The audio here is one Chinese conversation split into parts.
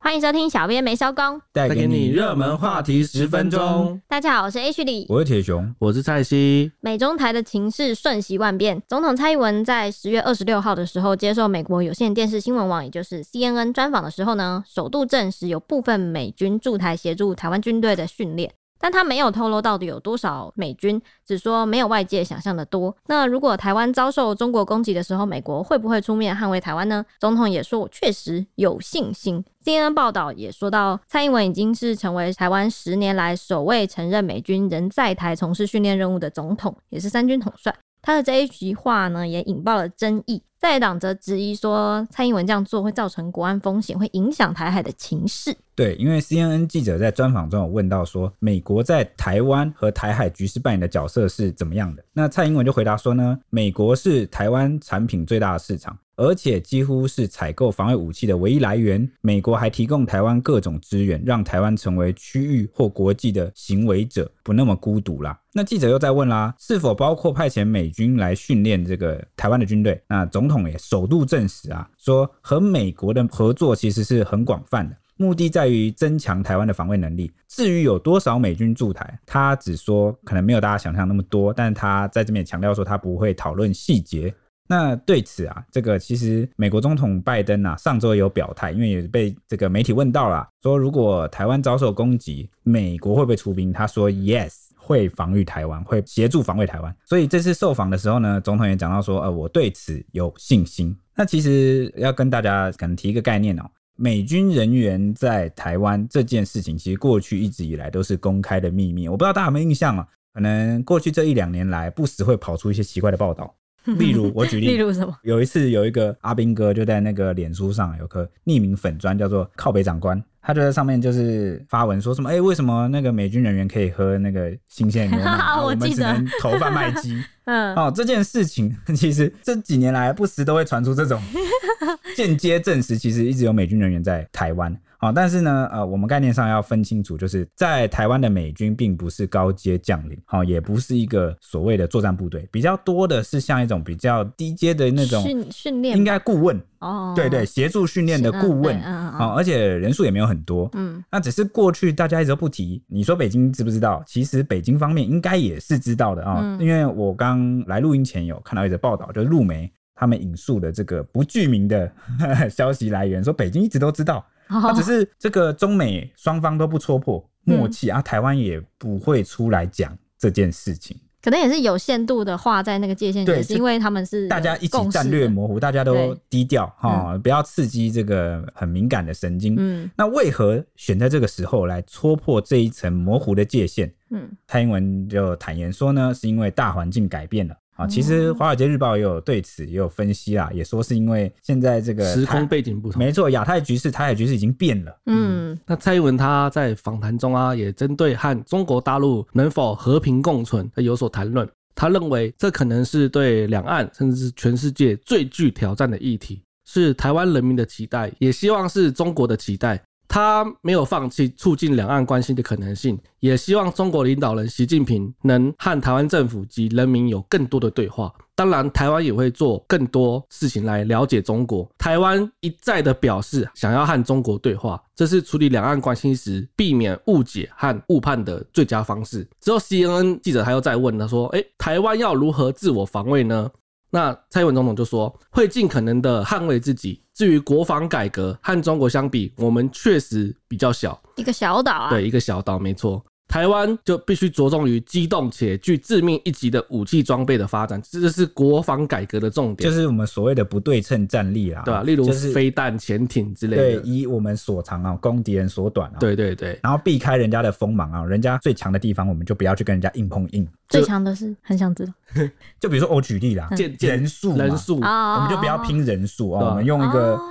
欢迎收听《小编没收工》，带带给你热门话题十分钟。大家好，我是 H 李。我是铁熊，我是蔡西，美中台的情势瞬息万变。总统蔡英文在十月二十六号的时候接受美国有线电视新闻网，也就是 CNN 专访的时候呢，首度证实有部分美军驻台协助台湾军队的训练。但他没有透露到底有多少美军，只说没有外界想象的多。那如果台湾遭受中国攻击的时候，美国会不会出面捍卫台湾呢？总统也说，我确实有信心。CNN 报道也说到，蔡英文已经是成为台湾十年来首位承认美军仍在台从事训练任务的总统，也是三军统帅。他的这一席话呢，也引爆了争议。在野党则质疑说，蔡英文这样做会造成国安风险，会影响台海的情势。对，因为 CNN 记者在专访中有问到说，美国在台湾和台海局势扮演的角色是怎么样的？那蔡英文就回答说呢，美国是台湾产品最大的市场，而且几乎是采购防卫武器的唯一来源。美国还提供台湾各种资源，让台湾成为区域或国际的行为者，不那么孤独啦。那记者又在问啦，是否包括派遣美军来训练这个台湾的军队？那总统也首度证实啊，说和美国的合作其实是很广泛的。目的在于增强台湾的防卫能力。至于有多少美军驻台，他只说可能没有大家想象那么多，但他在这边也强调说他不会讨论细节。那对此啊，这个其实美国总统拜登啊上周也有表态，因为也被这个媒体问到了，说如果台湾遭受攻击，美国会不会出兵？他说 yes。会防御台湾，会协助防卫台湾。所以这次受访的时候呢，总统也讲到说，呃，我对此有信心。那其实要跟大家可能提一个概念哦，美军人员在台湾这件事情，其实过去一直以来都是公开的秘密。我不知道大家有没有印象啊？可能过去这一两年来，不时会跑出一些奇怪的 报道，例如我举例，例如什么？有一次有一个阿兵哥就在那个脸书上有个匿名粉砖叫做“靠北长官”，他就在上面就是发文说什么：“哎、为什么那个美军人员可以喝那个新鲜牛奶，然后 我我们记只得能投贩卖鸡？”嗯，哦，这件事情 其实这几年来不时都会传出这 种间接证实，其实一直有美军人员在台湾。好、但是呢，呃，我们概念上要分清楚，就是在台湾的美军并不是高阶将领，好、也不是一个所谓的作战部队，比较多的是像一种比较低阶的那种，训训练吧应该顾问，哦，对对，协助训练的是嗯顾对问，嗯嗯嗯好、而且人数也没有很多，嗯，那只是过去大家一直都不提。你说北京知不知道？其实北京方面应该也是知道的啊、嗯因为我刚来录音前有看到一则报道，就是路媒他们引述的这个不具名的 消息来源，说北京一直都知道，哦那只是这个中美双方都不戳破默嗯契、啊，台湾也不会出来讲这件事情。可能也是有限度的画在那个界限，对也是是因为他们是大家一有起共识的战略模糊，大家都对低调哈、不要刺激这个很敏感的神经。嗯那为何选在这个时候来戳破这一层模糊的界限？嗯，蔡英文就坦言说呢，是因为大环境改变了。啊，其实《华尔街日报》也有对此也有分析啦，也说是因为现在这个时台空背景不同。没错，亚太局势、台海局势已经变了。嗯，那蔡英文他在访谈中啊，也针对和中国大陆能否和平共存有所谈论。他认为这可能是对两岸甚至是全世界最具挑战的议题，是台湾人民的期待，也希望是中国的期待。他没有放弃促进两岸关系的可能性，也希望中国领导人习近平能和台湾政府及人民有更多的对话。当然，台湾也会做更多事情来了解中国。台湾一再的表示想要和中国对话，这是处理两岸关系时避免误解和误判的最佳方式。之后，CNN 记者他又再问他说：“诶，台湾要如何自我防卫呢？”那蔡英文总统就说会尽可能的捍卫自己。至于国防改革和中国相比，我们确实比较小，一个小岛啊，对一个小岛，没错。台湾就必须着重于机动且具致命一击的武器装备的发展，这就是国防改革的重点，就是我们所谓的不对称战力啦，对啊吧、例如就是飞弹、潜艇之类对的，以我们所长啊，攻敌人所短啊，，对对对，然后避开人家的锋芒啊，人家最强的地方，我们就不要去跟人家硬碰硬。最强的是很想知道就比如说我举例啦，见人数嘛人数。啊嗯我们就不要拼人数对哦，啊我们用一个哦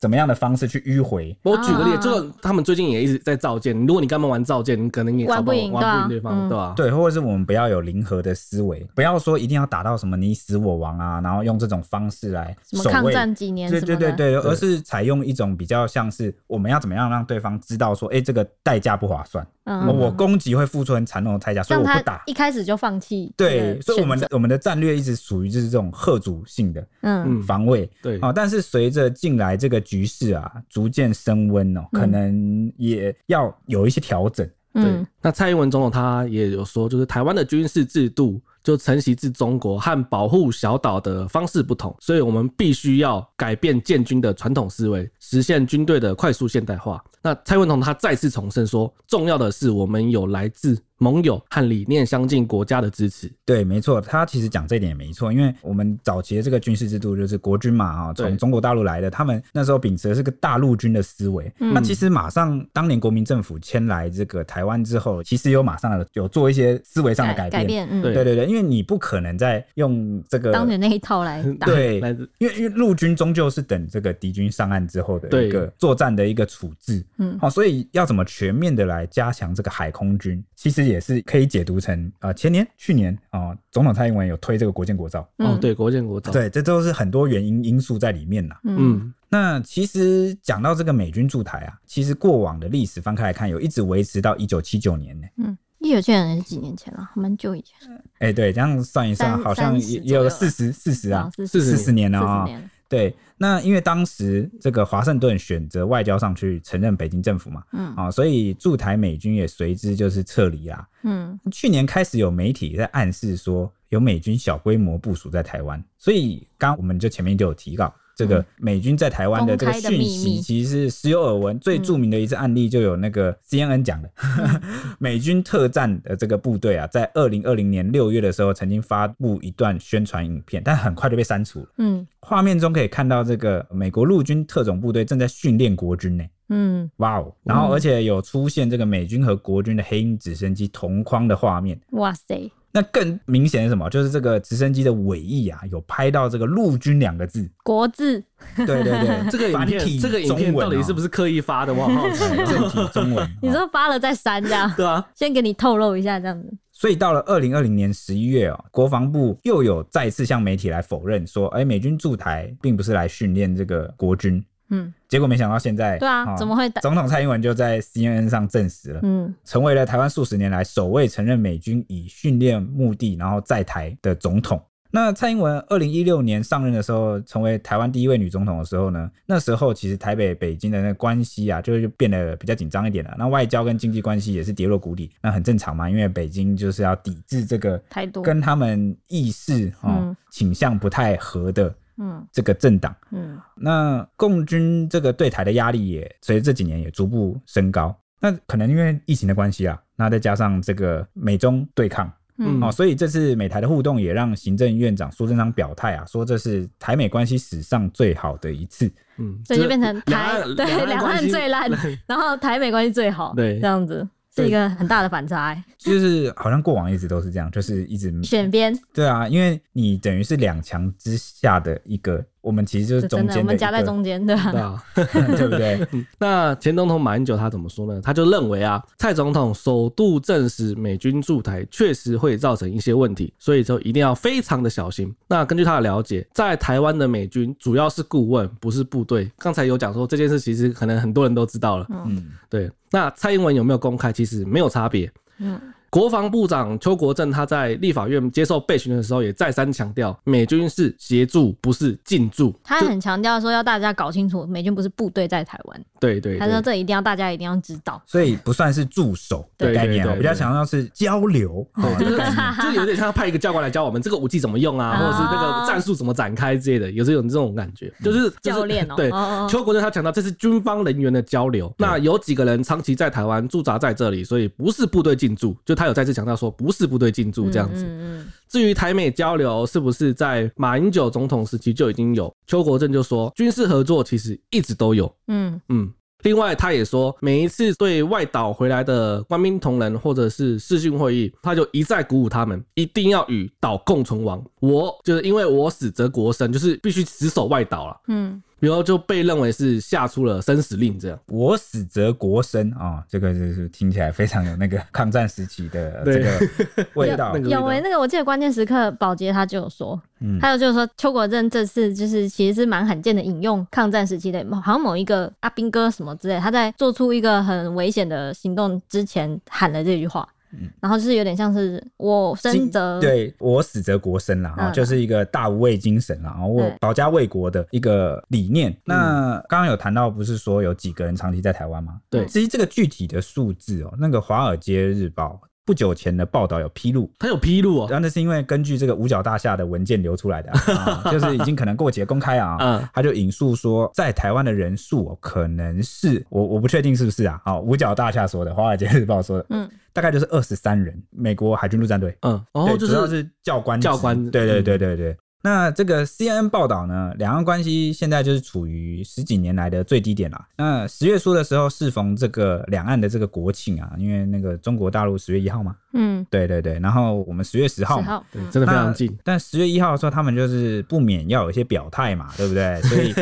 怎么样的方式去迂回。我举个例啊，就是他们最近也一直在造舰，如果你跟他们玩造舰，你可能也玩搞不好赢对玩啊不赢对嗯方，对吧？对，或者是我们不要有零和的思维，不要说一定要打到什么你死我亡啊，然后用这种方式来什么守抗卫。战几年什对么的，对对对，而是采用一种比较像是我们要怎么样让对方知道说，哎、这个代价不划算，嗯，我攻击会付出很惨痛的代价，所以让我他不打。一开始就放弃这个选对，择。所以我们的我们的战略一直属于就是这种贺主性的嗯嗯防卫。对，哦，但是随着近来这个局势啊，逐渐升温哦，可嗯能也要有一些调整。对嗯，那蔡英文总统他也有说，就是台湾的军事制度就承袭自中国和保护小岛的方式不同，所以我们必须要改变建军的传统思维，实现军队的快速现代化。那蔡英文总统他再次重申说，重要的是我们有来自盟友和理念相近国家的支持。对，没错，他其实讲这一点也没错，因为我们早期的这个军事制度就是国军嘛啊、对从中国大陆来的，他们那时候秉持的是个大陆军的思维。嗯那其实马上当年国民政府迁来这个台湾之后，其实有马上的有做一些思维上的改改改变。变，嗯，对对对对，因为你不可能再用这个当年那一套来打，对来自因为因为陆军终究是等这个敌军上岸之后的对一个作战的一个处置，嗯好、所以要怎么全面的来加强这个海空军，其实也是可以解读成啊、呃前年、去年啊、呃总统蔡英文有推这个国建国造，哦嗯，对，国建国造，，对，这都是很多原因因素在里面呐、嗯嗯，那其实讲到这个美军驻台啊，其实过往的历史翻开来看，有一直维持到一九七九年呢、嗯，一九七年是几年前了，蛮久以前，哎、对，这样算一算，三好像30也左也右有了哦四十四十啊，四40四十年了四啊、十年了，对，那因为当时这个华盛顿选择外交上去承认北京政府嘛，嗯啊、所以驻台美军也随之就是撤离啦。嗯去年开始有媒体在暗示说有美军小规模部署在台湾，所以刚我们就前面就有提到。这个嗯美军在台湾的这个公开的讯秘密息其实是时有耳闻，最嗯著名的一次案例就有那个 CNN 讲的， 美军特战的这个部队啊，在二零二零年六月的时候曾经发布一段宣传影片，但很快就被删除了。嗯画面中可以看到，这个美国陆军特种部队正在训练国军呢、嗯哇哦！然后而且有出现这个美军和国军的黑鹰直升机同框的画面。嗯，哇塞，那更明显是什么？就是这个直升机的尾翼啊，有拍到这个“陆军”两个字。国字，对对嗯对，这个影 繁体片，这个影片中文到哦底是不是刻意发的？我很好奇哎 哦。正体中文？你哦 说发了再删这样，对啊，先给你透露一下这样子，所以到了二零二零年十一月哦，国防部又有再次向媒体来否认说，哎，美军驻台并不是来训练这个国军。嗯，结果没想到现在，对啊哦，怎么会打？总统蔡英文就在 CNN 上证实了，嗯成为了台湾数十年来首位承认美军以训练目的然后在台的总统。那蔡英文二零一六年上任的时候，成为台湾第一位女总统的时候呢，那时候其实台北北京的那个关系啊，就是变得比较紧张一点了。那外交跟经济关系也是跌落谷底，那很正常嘛，因为北京就是要抵制这个太多跟他们意识哦嗯倾向不太合的嗯这个政党。嗯那共军这个对台的压力也随着这几年也逐步升高。那可能因为疫情的关系啊，那再加上这个美中对抗嗯哦，所以这次美台的互动也让行政院长苏贞昌表态啊，说这是台美关系史上最好的一次。嗯，所以就变成两台岸对两两关岸系最烂，然后台美关系最好，对这样子对是一个很大的反差、欸，就是好像过往一直都是这样，就是一直选边对啊，因为你等于是两强之下的一个，我们其实就是这真中的，我间们的一夹在个，中间，对吧、对啊。 对不 对？那前总统马英九他怎么说呢？他就认为啊，蔡总统首度证实美军驻台确实会造成一些问题，所以就一定要非常的小心。那根据他的了解，在台湾的美军主要是顾问，不是部队。刚才有讲说这件事，其实可能很多人都知道了。嗯，对，那蔡英文有没有公开，其实没有差别。嗯国防部长邱国正他在立法院接受被询的时候，也再三强调，美军是协助，不是进驻。他就很强调说要大家搞清楚，美军不是部队在台湾，对对他说对这一定要大家一定要知道，所以不算是助手的对概念啊，对我对比较对强调是交流啊，哦对，就是就是有点像派一个教官来教我们这个武器怎么用啊，啊或者是那个战术怎么展开之类的，有这种这种感觉，就是就是嗯教练哦、对哦，哦邱国正他强调这是军方人员的交流，对那有几个人长期在台湾驻扎在这里，所以不是部队进驻，就他有再次强调说不是部队进驻这样子。嗯嗯至于台美交流是不是在马英九总统时期就已经有，邱国正就说军事合作其实一直都有，嗯嗯。另外，他也说，每一次对外岛回来的官兵同仁或者是视讯会议，他就一再鼓舞他们，一定要与岛共存亡。我就是因为我死则国生，就是必须死守外岛了。嗯然后就被认为是下出了生死令这样。我死则国生啊、这个就是听起来非常有那个抗战时期的呃这对个味道 那。个有味诶、道那个我记得关键时刻，保洁他就有说，嗯，还有就是说邱国正这次就是其实是蛮罕见的引用抗战时期的，好像某一个阿兵哥什么之类，他在做出一个很危险的行动之前喊了这句话，嗯然后就是有点像是我今生则对我死则国生了哈，嗯就是一个大无畏精神了啊，我对保家卫国的一个理念。嗯那刚刚有谈到，不是说有几个人长期在台湾吗？对至于这个具体的数字哦，那个《华尔街日报》不久前的报道有披露，他有披露哦，然后那是因为根据这个五角大厦的文件流出来的啊、啊就是已经可能过节公开啊。嗯，他就引述说，在台湾的人数哦可能是我我不确定是不是啊，好、五角大厦说的，《华尔街日报》说的，嗯， 大概就是二十三人，美国海军陆战队，嗯，然后对就主要是是教官职教官对对嗯对对对。那这个 CNN 报道呢，两岸关系现在就是处于十几年来的最低点啦。那十月初的时候，适逢这个两岸的这个国庆啊，因为那个中国大陆十月一号嘛，嗯，对对对，然后我们十月十号十嘛，号，嗯嗯对真的非常近。但十月一号的时候，他们就是不免要有一些表态嘛，对不对？所以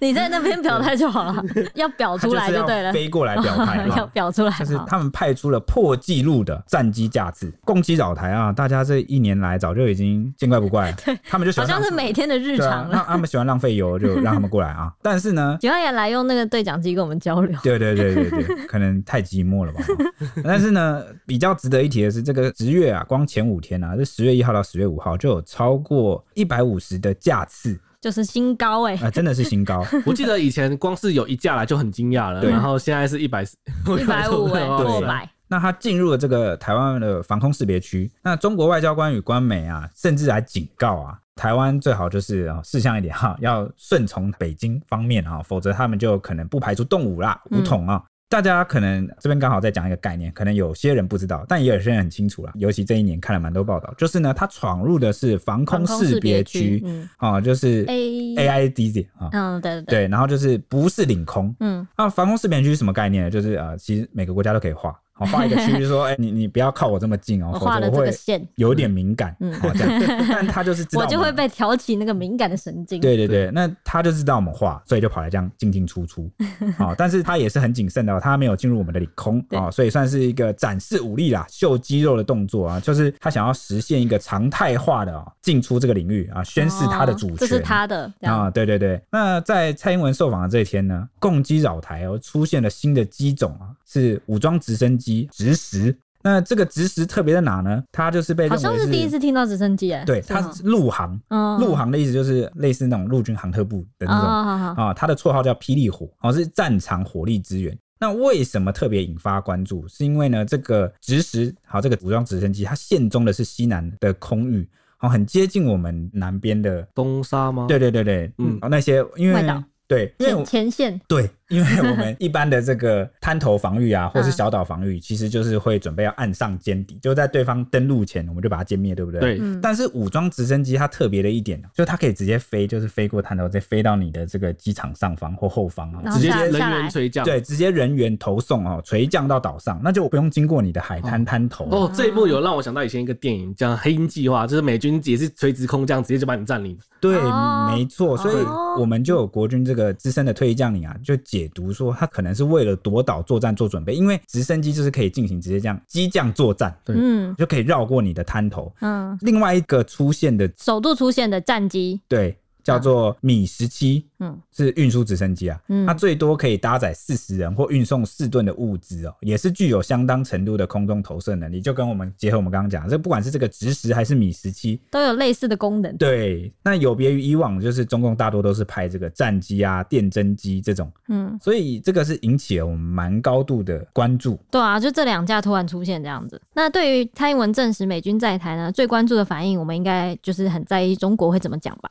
你在那边表态就好 了，要表他出就来是就对要了，飞过来表 态要啊。表出来，就是好他们派出了破纪录的战机架次，共机扰台啊！大家这一年来早就已经见怪不怪 了。他们就喜好欢像是浪每天的日对常啊。了那。他们喜欢浪费油，就让他们过来 啊。但是呢，九、啊、也来用那个对讲机跟我们交流，对对对对对，可能太寂寞了吧。 但是呢，比较值得一提的是，这个十月啊，光前五天啊，这十月一号到十月五号，就有超过一百五十的架次就是新高哎、啊、真的是新高。我记得以前光是有一架来就很惊讶了，对然后现在是一百一百 五哎， 对啊破百，那它进入了这个台湾的防空识别区，那中国外交官与官媒啊，甚至还警告啊，台湾最好就是啊，事项一点哈、 要顺从北京方面啊，否则他们就可能不排除动武啦，嗯武统啊。大家可能这边刚好在讲一个概念，可能有些人不知道，但也有些人很清楚啦。尤其这一年看了蛮多报道，就是呢，它闯入的是防防空识别区嗯啊，就是 A AIDZ 啊，嗯，对对对，对，然后就是不是领空，嗯，那防空识别区是什么概念呢？就是呃，其实每个国家都可以画，好画一个区域， 说，哎、你你不要靠我这么近哦，我否画了则我这个会线，有点敏感，嗯好、这样。但他就是知道我就会们被挑起那个敏感的神经。哦对对对，那他就知道我们画，所以就跑来这样进进出 出，好、但是他也是很谨慎的、哦，他没有进入我们的领空对啊、所以算是一个展示武力啦、秀肌肉的动作啊，就是他想要实现一个常态化的、哦、进出这个领域啊，宣示他的主权。哦这是他的这样啊，对对对。那在蔡英文受访的这一天呢，共机扰台哦，出现了新的机种啊，是武装直升机直实。那这个直实特别在哪呢？它就是被认好为像是第一次听到直升机哎，对，是吗它是陆航。嗯陆航的意思就是类似那种陆军航特部的那种啊，好好好啊，它的绰号叫霹雳火，哦，是战场火力支援。那为什么特别引发关注？是因为呢，这个直实好，这个武装直升机它现中的是西南的空域，哦，很接近我们南边的东沙吗？对对对对，嗯嗯，那些因外为岛对，因为前我前线对，因为我们一般的这个滩头防御啊，或是嗯小岛防御，其实就是会准备要岸上歼敌，就在对方登陆前，我们就把它歼灭，对不对？。对，嗯但是武装直升机它特别的一点，哦就是它可以直接飞，就是飞过滩头，再飞到你的这个机场上方或后方啊，然直后接直接下人下来员垂降。对，直接人员投送哦，垂降到岛上，那就不用经过你的海滩哦滩头了哦，这一幕有让我想到以前一个电影叫《黑鹰计划》，就是美军也是垂直空降，直接就把你占领。对，哦没错，所以哦我们就有国军这个资深的退役将领啊，就解读说他可能是为了夺岛作战做准备，因为直升机就是可以进行直接这样机降作战，对嗯就可以绕过你的滩头。嗯，另外一个出现的首度出现的战机，对叫做米十七，嗯是运输直升机啊，嗯它最多可以搭载四十人或运送四吨的物资哦，也是具有相当程度的空中投射能力。就跟我们结合我们刚刚讲的，这不管是这个直十还是米十七，都有类似的功能。对，那有别于以往，就是中共大多都是派这个战机啊、电侦机这种，嗯，所以这个是引起了我们蛮高度的关注。对啊，就这两架突然出现这样子。那对于蔡英文证实美军在台呢，最关注的反应，我们应该就是很在意中国会怎么讲吧。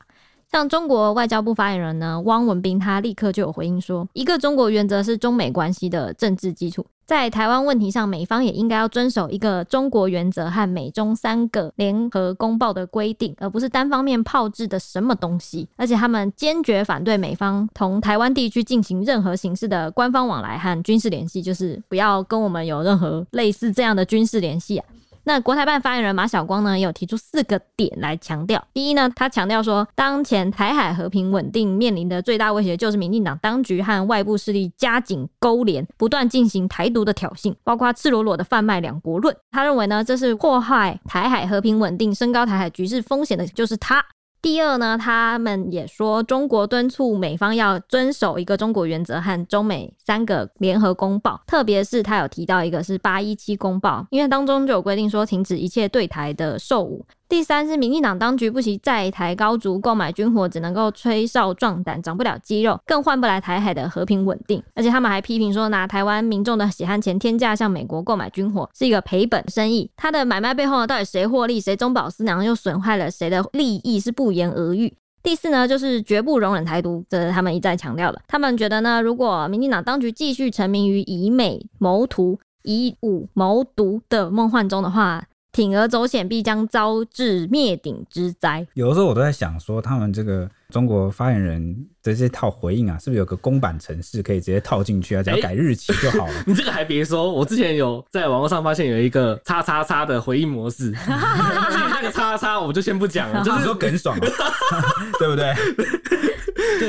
像中国外交部发言人呢，汪文斌他立刻就有回应说，一个中国原则是中美关系的政治基础，在台湾问题上，美方也应该要遵守一个中国原则和美中三个联合公报的规定，而不是单方面炮制的什么东西。而且他们坚决反对美方同台湾地区进行任何形式的官方往来和军事联系，就是不要跟我们有任何类似这样的军事联系啊。那国台办发言人马晓光呢，也有提出四个点来强调。第一呢，他强调说，当前台海和平稳定面临的最大威胁就是民进党当局和外部势力加紧勾连，不断进行台独的挑衅，包括赤裸裸的贩卖两国论。他认为呢，这是祸害台海和平稳定、升高台海局势风险的，就是他。第二呢，他们也说中国敦促美方要遵守一个中国原则和中美三个联合公报，特别是他有提到一个是八一七公报，因为当中就有规定说停止一切对台的售武。第三是民进党当局不惜在台高筑购买军火，只能够吹哨壮胆，长不了肌肉，更换不来台海的和平稳定。而且他们还批评说，拿台湾民众的血汗钱天价向美国购买军火是一个赔本生意。他的买卖背后呢，到底谁获利，谁中饱私囊，又损害了谁的利益，是不言而喻。第四呢，就是绝不容忍台独，这是他们一再强调的。他们觉得呢，如果民进党当局继续沉迷于以美谋图、以武谋独的梦幻中的话，铤而走险必将遭致灭顶之灾。有的时候我都在想说，他们这个中国发言人的这套回应啊，是不是有个公版程式可以直接套进去啊？只要哎改日期就 好了。你这个还别说，我之前有在网络上发现有一个叉叉叉的回应模式，至于那个叉叉我就先不讲了，就就是是说耿爽嘛， 对不对？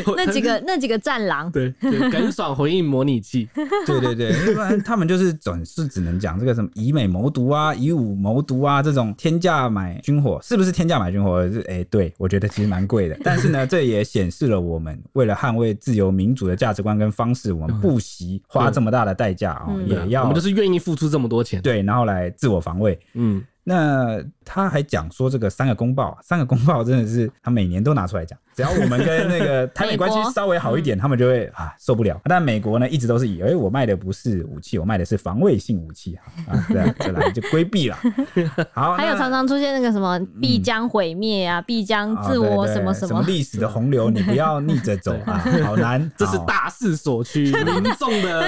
哦那几个那几个战狼，对对耿爽回应模拟器， 对对对，不然他们就是总是只能讲这个什么以美谋独啊，以武谋独啊，这种天价买军火，是不是天价买军火？是哎、对我觉得其实蛮贵 的。但是呢，这也显示了我们为了捍卫自由民主的价值观跟方式，我们不惜花这么大的代价啊、嗯对也要我们就是愿意付出这么多钱。，对，然后来自我防卫。嗯，那他还讲说这个三个公报，啊 三个公报真的是他每年都拿出来讲，只要我们跟那 个台美关系美国嗯稍微好一点，他们就会啊受不了。但美国呢，一直都是以哎、我卖的不是武器，我卖的是防卫性武器啊，啊对啊，再来就规避 了。好，还有那嗯常常出现那个什么必将毁灭啊，必将自我啊对对什么什什么。历史的 洪流，你不要逆着走啊，好难，这是好大势所趋，民众的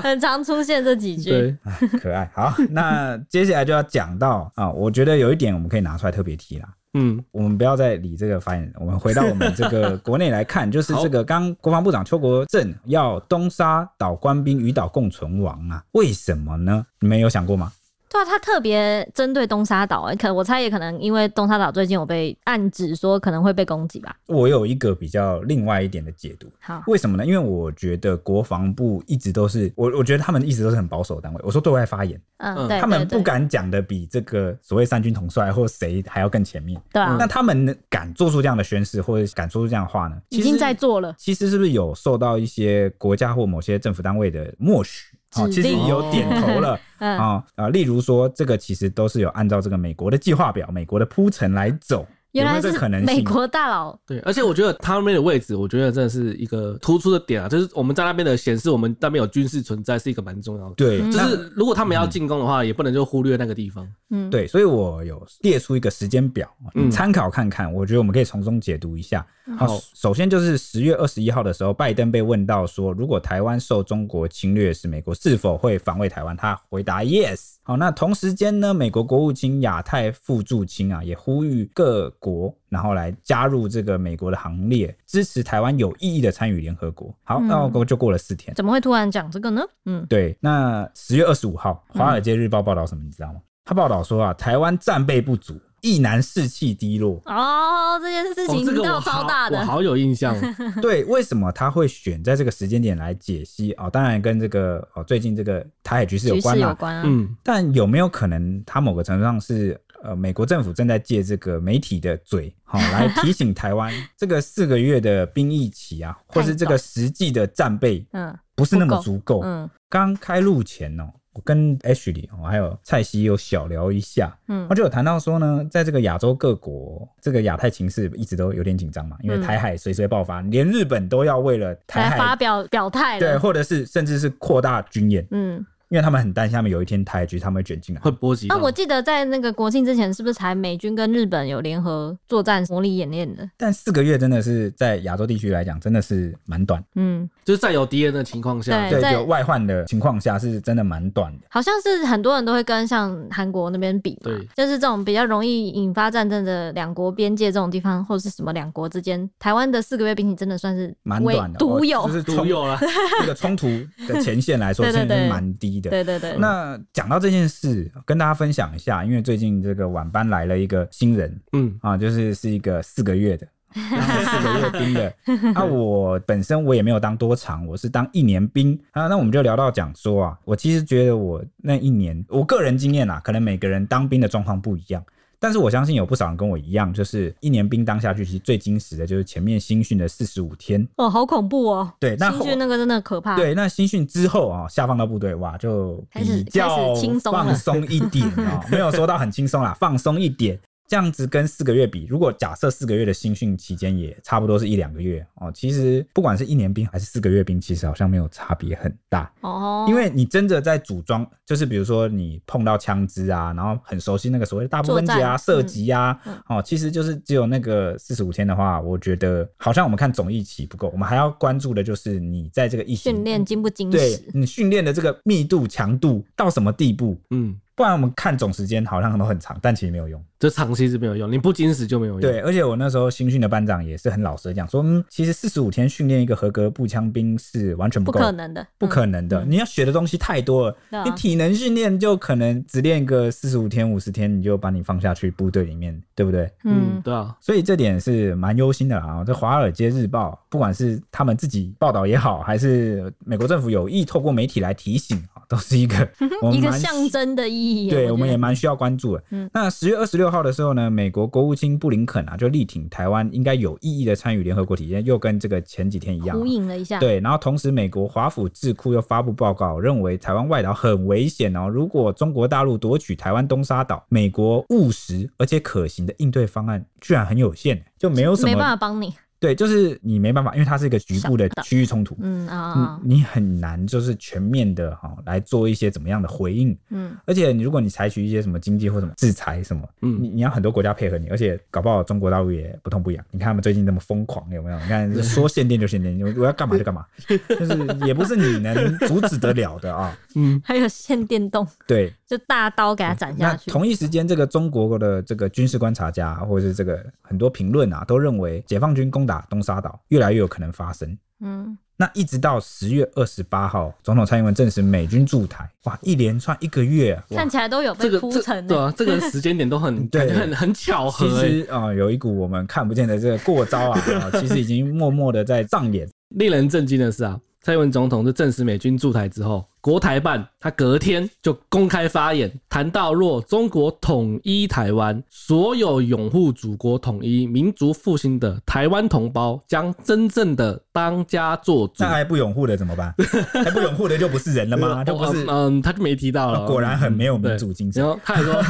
很常出现这几句。对可爱。好，那接下来就要讲到啊，我觉得有一点我们可以拿出来特别提啦，嗯我们不要再理这个发言人，我们回到我们这个国内来看，就是这个刚国防部长邱国正要东沙岛官兵与岛共存亡啊，为什么呢？你们有想过吗？对啊，他特别针对东沙岛、欸，可我猜也可能因为东沙岛最近有被暗指说可能会被攻击吧。我有一个比较另外一点的解读。好，为什么呢？因为我觉得国防部一直都是我，我觉得他们一直都是很保守的单位。我说对外发言，嗯，嗯对，他们对不，敢讲的比这个所谓三军统帅或谁还要更前面。对对啊，那他们敢做出这样的宣誓，或者敢说出这样的话呢？已经在做了。其实是不是有受到一些国家或某些政府单位的默许？哦，指其令实有点头 了啊嗯，啊、例如说这个其实都是有按照这个美国的计划表、美国的铺陈来走，原来有没有这是可能性？美国大佬，对，而且我觉得他那边的位置，我觉得真的是一个突出的点啊，就是我们在那边的显示我们那边有军事存在是一个蛮重要的。对，嗯就那是如果他们要进攻的话，也不能就忽略那个地方。嗯，，对，所以我有列出一个时间表，嗯你参考看看。我觉得我们可以从中解读一下。好嗯好，首先就是十月二十一号的时候，拜登被问到说，如果台湾受中国侵略时，美国是否会防卫台湾？他回答 yes。好，那同时间呢，美国国务卿亚太副驻卿啊，也呼吁各国然后来加入这个美国的行列，支持台湾有意义的参与联合国。好，嗯那我就过了四天。怎么会突然讲这个呢？嗯，对，那十月二十五号，《华尔街日报》报道什么？你知道吗？他报道说啊，台湾战备不足，一南士气低 落。哦，这件事哦，情这个我闹好超大的，我好有 印象。对，为什么他会选在这个时间点来解析啊、哦？当然跟这个哦，最近这个台海局势有局关势啦、有关啊，嗯，但有没有可能，他某个程度上是呃，美国政府正在借这个媒体的嘴，好、来提醒 台湾这个四个月的兵役期啊，或是这个实际的战备嗯不是那么不够足够。嗯刚开录前哦，我跟 H 里哦，还有蔡西有小聊一下，嗯他，就有谈到说呢，在这个亚洲各国，这个亚太情势一直都有点紧张嘛，因为嗯台海随随爆发，连日本都要为了台来发海表表态对，了，或者是甚至是扩大军演，嗯。因为他们很担心他们有一天台海局势他们会卷进来。会波及嗯到。啊，我记得在那个国庆之前，是不是才美军跟日本有联合作战模拟演练的？但四个月真的是在亚洲地区来讲，真的是蛮短，嗯，就是在有敌人的情况下，对对在有外患的情况下是真的蛮短的。好像是很多人都会跟像韩国那边比嘛对，就是这种比较容易引发战争的两国边界这种地方，或者是什么两国之间，台湾的四个月兵期真的算是蛮唯短的，哦独有就。是独冲有啦。啊这个冲突的前线来 说，对对真的对是蛮低的。对对对，那讲到这件事，跟大家分享一下，因为最近这个晚班来了一个新人嗯，啊，就是是一个四个月 的，当了四个月兵的。啊，我本身我也没有当多长，我是当一年兵啊。那我们就聊到讲说啊，我其实觉得我那一年，我个人经验啊，可能每个人当兵的状况不一样。但是我相信有不少人跟我一样，就是一年兵当下去，其实最惊喜的就是前面新训的四十五天。哦，好恐怖哦！对，那新后训那个真的很可怕。对，那新训之后啊、下放到部队哇，就啊开始比较开始轻松了放松一点 啊、没有说到很轻松啦，放松一点。这样子跟四个月比，如果假设四个月的新训期间也差不多是一两个月哦，其实不管是一年兵还是四个月兵，其实好像没有差别很大，哦，因为你真的在组装，就是比如说你碰到枪支啊，然后很熟悉那个所谓的大部分节啊、作射战击啊，嗯哦，其实就是只有那个四十五天的话，我觉得好像我们看总一期不够，我们还要关注的就是你在这个疫情训练精不精对实，你训练的这个密度、强度到什么地步？嗯，不然我们看总时间好像都很长，但其实没有用。这长期是没有用，你不矜持就没有用。对，，而且我那时候新训的班长也是很老实的讲说，嗯，其实四十五天训练一个合格步枪兵是完全不够。可能的，不可能的，嗯你要学的东西太多了。对啊你体能训练就可能只练个四十五天、五十天，你就把你放下去部队里面，对不对？嗯。嗯，嗯，对啊，所以这点是蛮忧心的啦。哦这《华尔街日报》不管是他们自己报道也好，还是美国政府有意透过媒体来提醒啊，都是一个嗯我嗯们一个蛮象征的意义啊，对，觉我们也得蛮需要关注的。嗯那十月二十六号的时候呢，美国国务卿布林肯啊就力挺台湾应该有意义的参与联合国体验，又跟这个前几天一样啊、呼应了一下，对，然后同时，美国华府智库又发布报告，认为台湾外岛很危险哦。如果中国大陆夺取台湾东沙岛，美国务实而且可行的应对方案居然很有限，欸就没有什没办么法帮你，对，就是你没办法，因为它是一个局部的想不到区域冲突，嗯啊啊，啊你你很难就是全面的哈、来做一些怎么样的回应。嗯，而且你如果你采取一些什么经济或什么制裁什么，嗯你你要很多国家配合你，而且搞不好中国大陆也不痛不痒。你看他们最近那么疯狂，有没有？你看说限电就限电，我我要干嘛就干嘛，就是也不是你能阻止得了的 啊。嗯，还有限电动， 对，就大刀给它斩那下去，同一时间，这个中国的这个军事观察家或者是这个很多评论啊，都认为解放军攻打东沙岛越来越有可能发生。嗯，那一直到十月二十八号，总统蔡英文证实美军驻台，哇，一连串一个月啊，哇看起来都有这被个铺这陈欸对的，啊，这个时间点都很 对感觉很很巧其合、欸，实啊、呃有一股我们看不见的这个过招啊，啊其实已经默默的在上演。令人震惊的是啊，蔡英文总统就证实美军驻台之后，国台办他隔天就公开发言，谈到若中国统一台湾，所有拥护祖国统一、民族复兴的台湾同胞将真正的当家做主那。还不拥护的怎么办？还不拥护的就不是人了吗？就不是哦嗯，嗯，他就没提到了。果然很没有民主对精神啊然。后他 还说，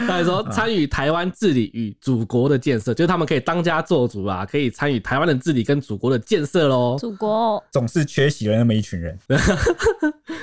他还说参与台湾治理与祖国的建设，就是他们可以当家做主啊，可以参与台湾的治理跟祖国的建设喽。祖国总是缺席了那么一群人，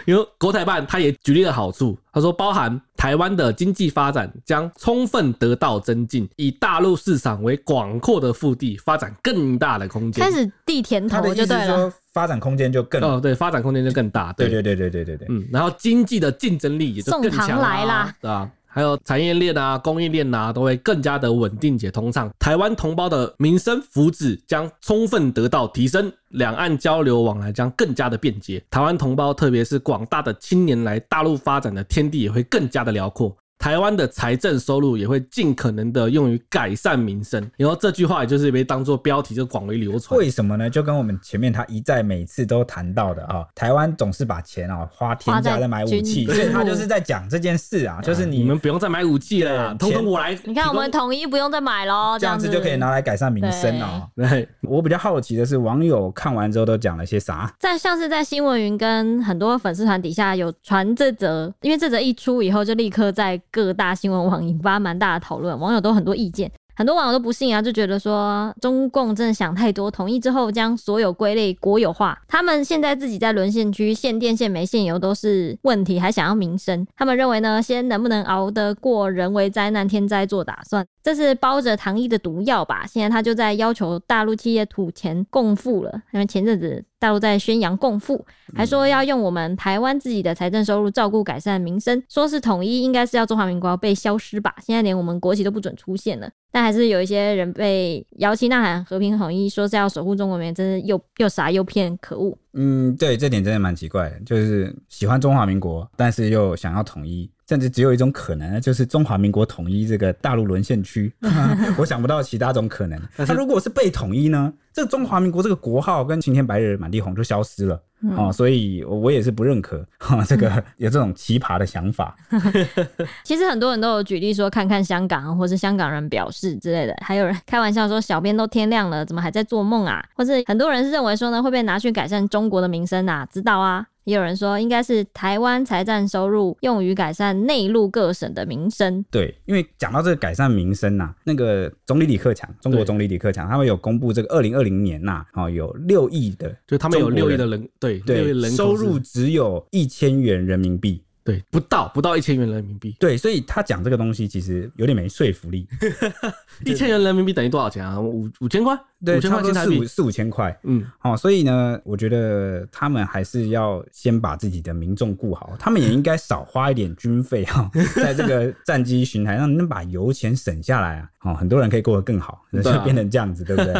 因为国台办他也举例了好处，他说包含台湾的经济发展将充分得到增进，以大陆市场为广阔的腹地，发展更大的空间。开始地甜他头的意嗯就思对是了，说发展空间就更……哦，对，发展空间就更大。对对对对对对对，嗯，然后经济的竞争力也就更宋强唐来啦啦，对啊，还有产业链啊、供应链啊，都会更加的稳定且通畅。台湾同胞的民生福祉将充分得到提升，两岸交流往来将更加的便捷。台湾同胞，特别是广大的青年来大陆发展的天地也会更加的辽阔。台湾的财政收入也会尽可能的用于改善民生，然后这句话也就是被当做标题就广为流传。为什么呢？就跟我们前面他一再每次都谈到的啊、台湾总是把钱啊、花天价在买武器，花在军部所以他就是在讲这件事 啊，就是哎你你们不用再买武器了啦，对通通我来提供。你看我们统一不用再买喽，这样子子就可以拿来改善民生啊、 对我比较好奇的是，网友看完之后都讲了些啥？在像是在新闻云跟很多粉丝团底下有传这则，因为这则一出以后，就立刻在各大新闻网引发蛮大的讨论，网友都很多意见。很多网友都不信啊，就觉得说中共真的想太多，统一之后将所有归类国有化。他们现在自己在沦陷区，限电、限煤、限油都是问题，还想要民生。他们认为呢，先能不能熬得过人为灾难、天灾做打算，这是包着糖衣的毒药吧？现在他就在要求大陆企业吐钱共富了，因为前阵子大陆在宣扬共富，还说要用我们台湾自己的财政收入照顾改善民生，说是统一应该是要中华民国要被消失吧？现在连我们国旗都不准出现了，但还是有一些人被摇旗呐喊和平统一，说是要守护中国民，真是又又傻又骗，可恶！嗯，对，这点真的蛮奇怪的，就是喜欢中华民国，但是又想要统一，甚至只有一种可能，就是中华民国统一这个大陆沦陷 区。我想不到其他种可能。但是他如果是被统一呢？这中华民国这个国号跟晴天白日满地红就消失了。嗯哦，所以我也是不认可哈、这个有这种奇葩的想法。其实很多人都有举例说，看看香港啊或是香港人表示之类的，还有人开玩笑说，小便都天亮了，怎么还在做梦啊？或是很多人是认为说呢，会被拿去改善中国的民生啊，知道啊。也有人说，应该是台湾财政收入用于改善内陆各省的民生。对，因为讲到这个改善民生呐、那个总理李克强，中国对总理李克强，他们有公布这个二零二零年呐、哦，有六亿的就他们有中国六亿人的人，对，六亿对人口收是入只有一千元人民币。对不到不到一千元人民币，对，所以他讲这个东西其实有点没说服力。一千元人民币等于多少钱啊？五五千块， 五对，千差块不新多台四五币。四五千块。嗯，哦，所以呢，我觉得他们还是要先把自己的民众顾好，他们也应该少花一点军费 哈、哦，在这个战机巡台上能把油钱省下来啊，哦，很多人可以过得更好，对 啊就变成这样子，对不对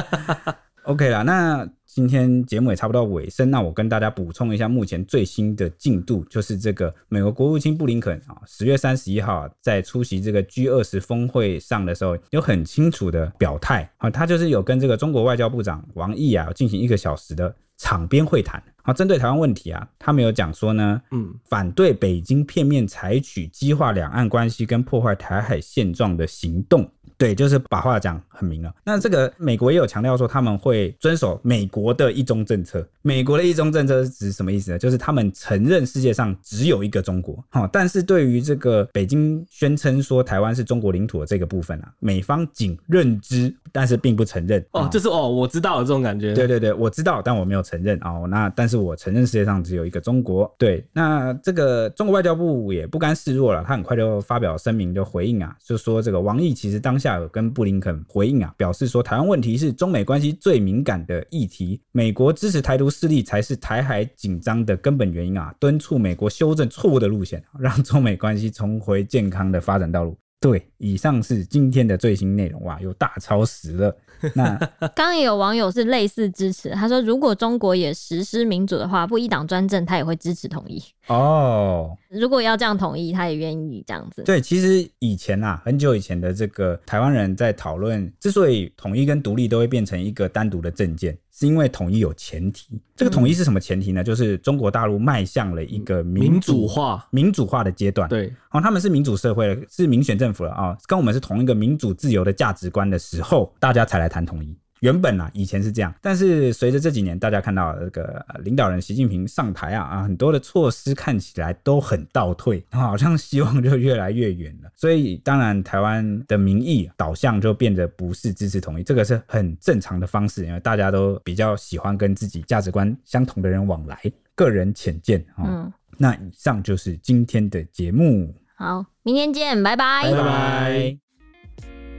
？OK 啦，那今天节目也差不多尾声，那我跟大家补充一下目前最新的进度，就是这个美国国务卿布林肯啊，十月三十一号啊在出席这个 G 二十峰会上的时候，有很清楚的表态啊，他就是有跟这个中国外交部长王毅啊进行一个小时的场边会谈啊，针对台湾问题啊，他们有讲说呢，嗯，反对北京片面采取激化两岸关系跟破坏台海现状的行动。对，就是把话讲很明了。那这个美国也有强调说，他们会遵守美国的一中政策。美国的一中政策是指什么意思呢？就是他们承认世界上只有一个中国。哈、但是对于这个北京宣称说台湾是中国领土的这个部分啊，美方仅认知，但是并不承认。哦，啊就是哦，我知道了这种感觉。对对对，我知道，但我没有承认哦。那但是我承认世界上只有一个中国。对，那这个中国外交部也不甘示弱了，他很快就发表声明，就回应啊，就说这个王毅其实当下有跟布林肯回应啊，表示说台湾问题是中美关系最敏感的议题，美国支持台独势力才是台海紧张的根本原因啊，敦促美国修正错误的路线，啊让中美关系重回健康的发展道路。对，以上是今天的最新内容哇，又大超时了。那刚刚也有网友是类似支持，他说如果中国也实施民主的话，不一党专政，他也会支持统一。 哦，如果要这样统一，他也愿意这样子。对，其实以前啊，很久以前的这个台湾人在讨论，之所以统一跟独立都会变成一个单独的政见，是因为统一有前提。这个统一是什么前提呢？就是中国大陆迈向了一个民主主化，民主化的阶段。，对，哦，他们是民主社会了，是民选政府了啊、跟我们是同一个民主自由的价值观的时候，大家才来谈统一。原本啊，以前是这样，但是随着这几年，大家看到这个呃领导人习近平上台啊啊，很多的措施看起来都很倒退，好像希望就越来越远了。所以当然，台湾的民意啊导向就变得不是支持统一，这个是很正常的方式，因为大家都比较喜欢跟自己价值观相同的人往来。个人浅见啊、哦嗯，那以上就是今天的节目。好，明天见，拜拜拜。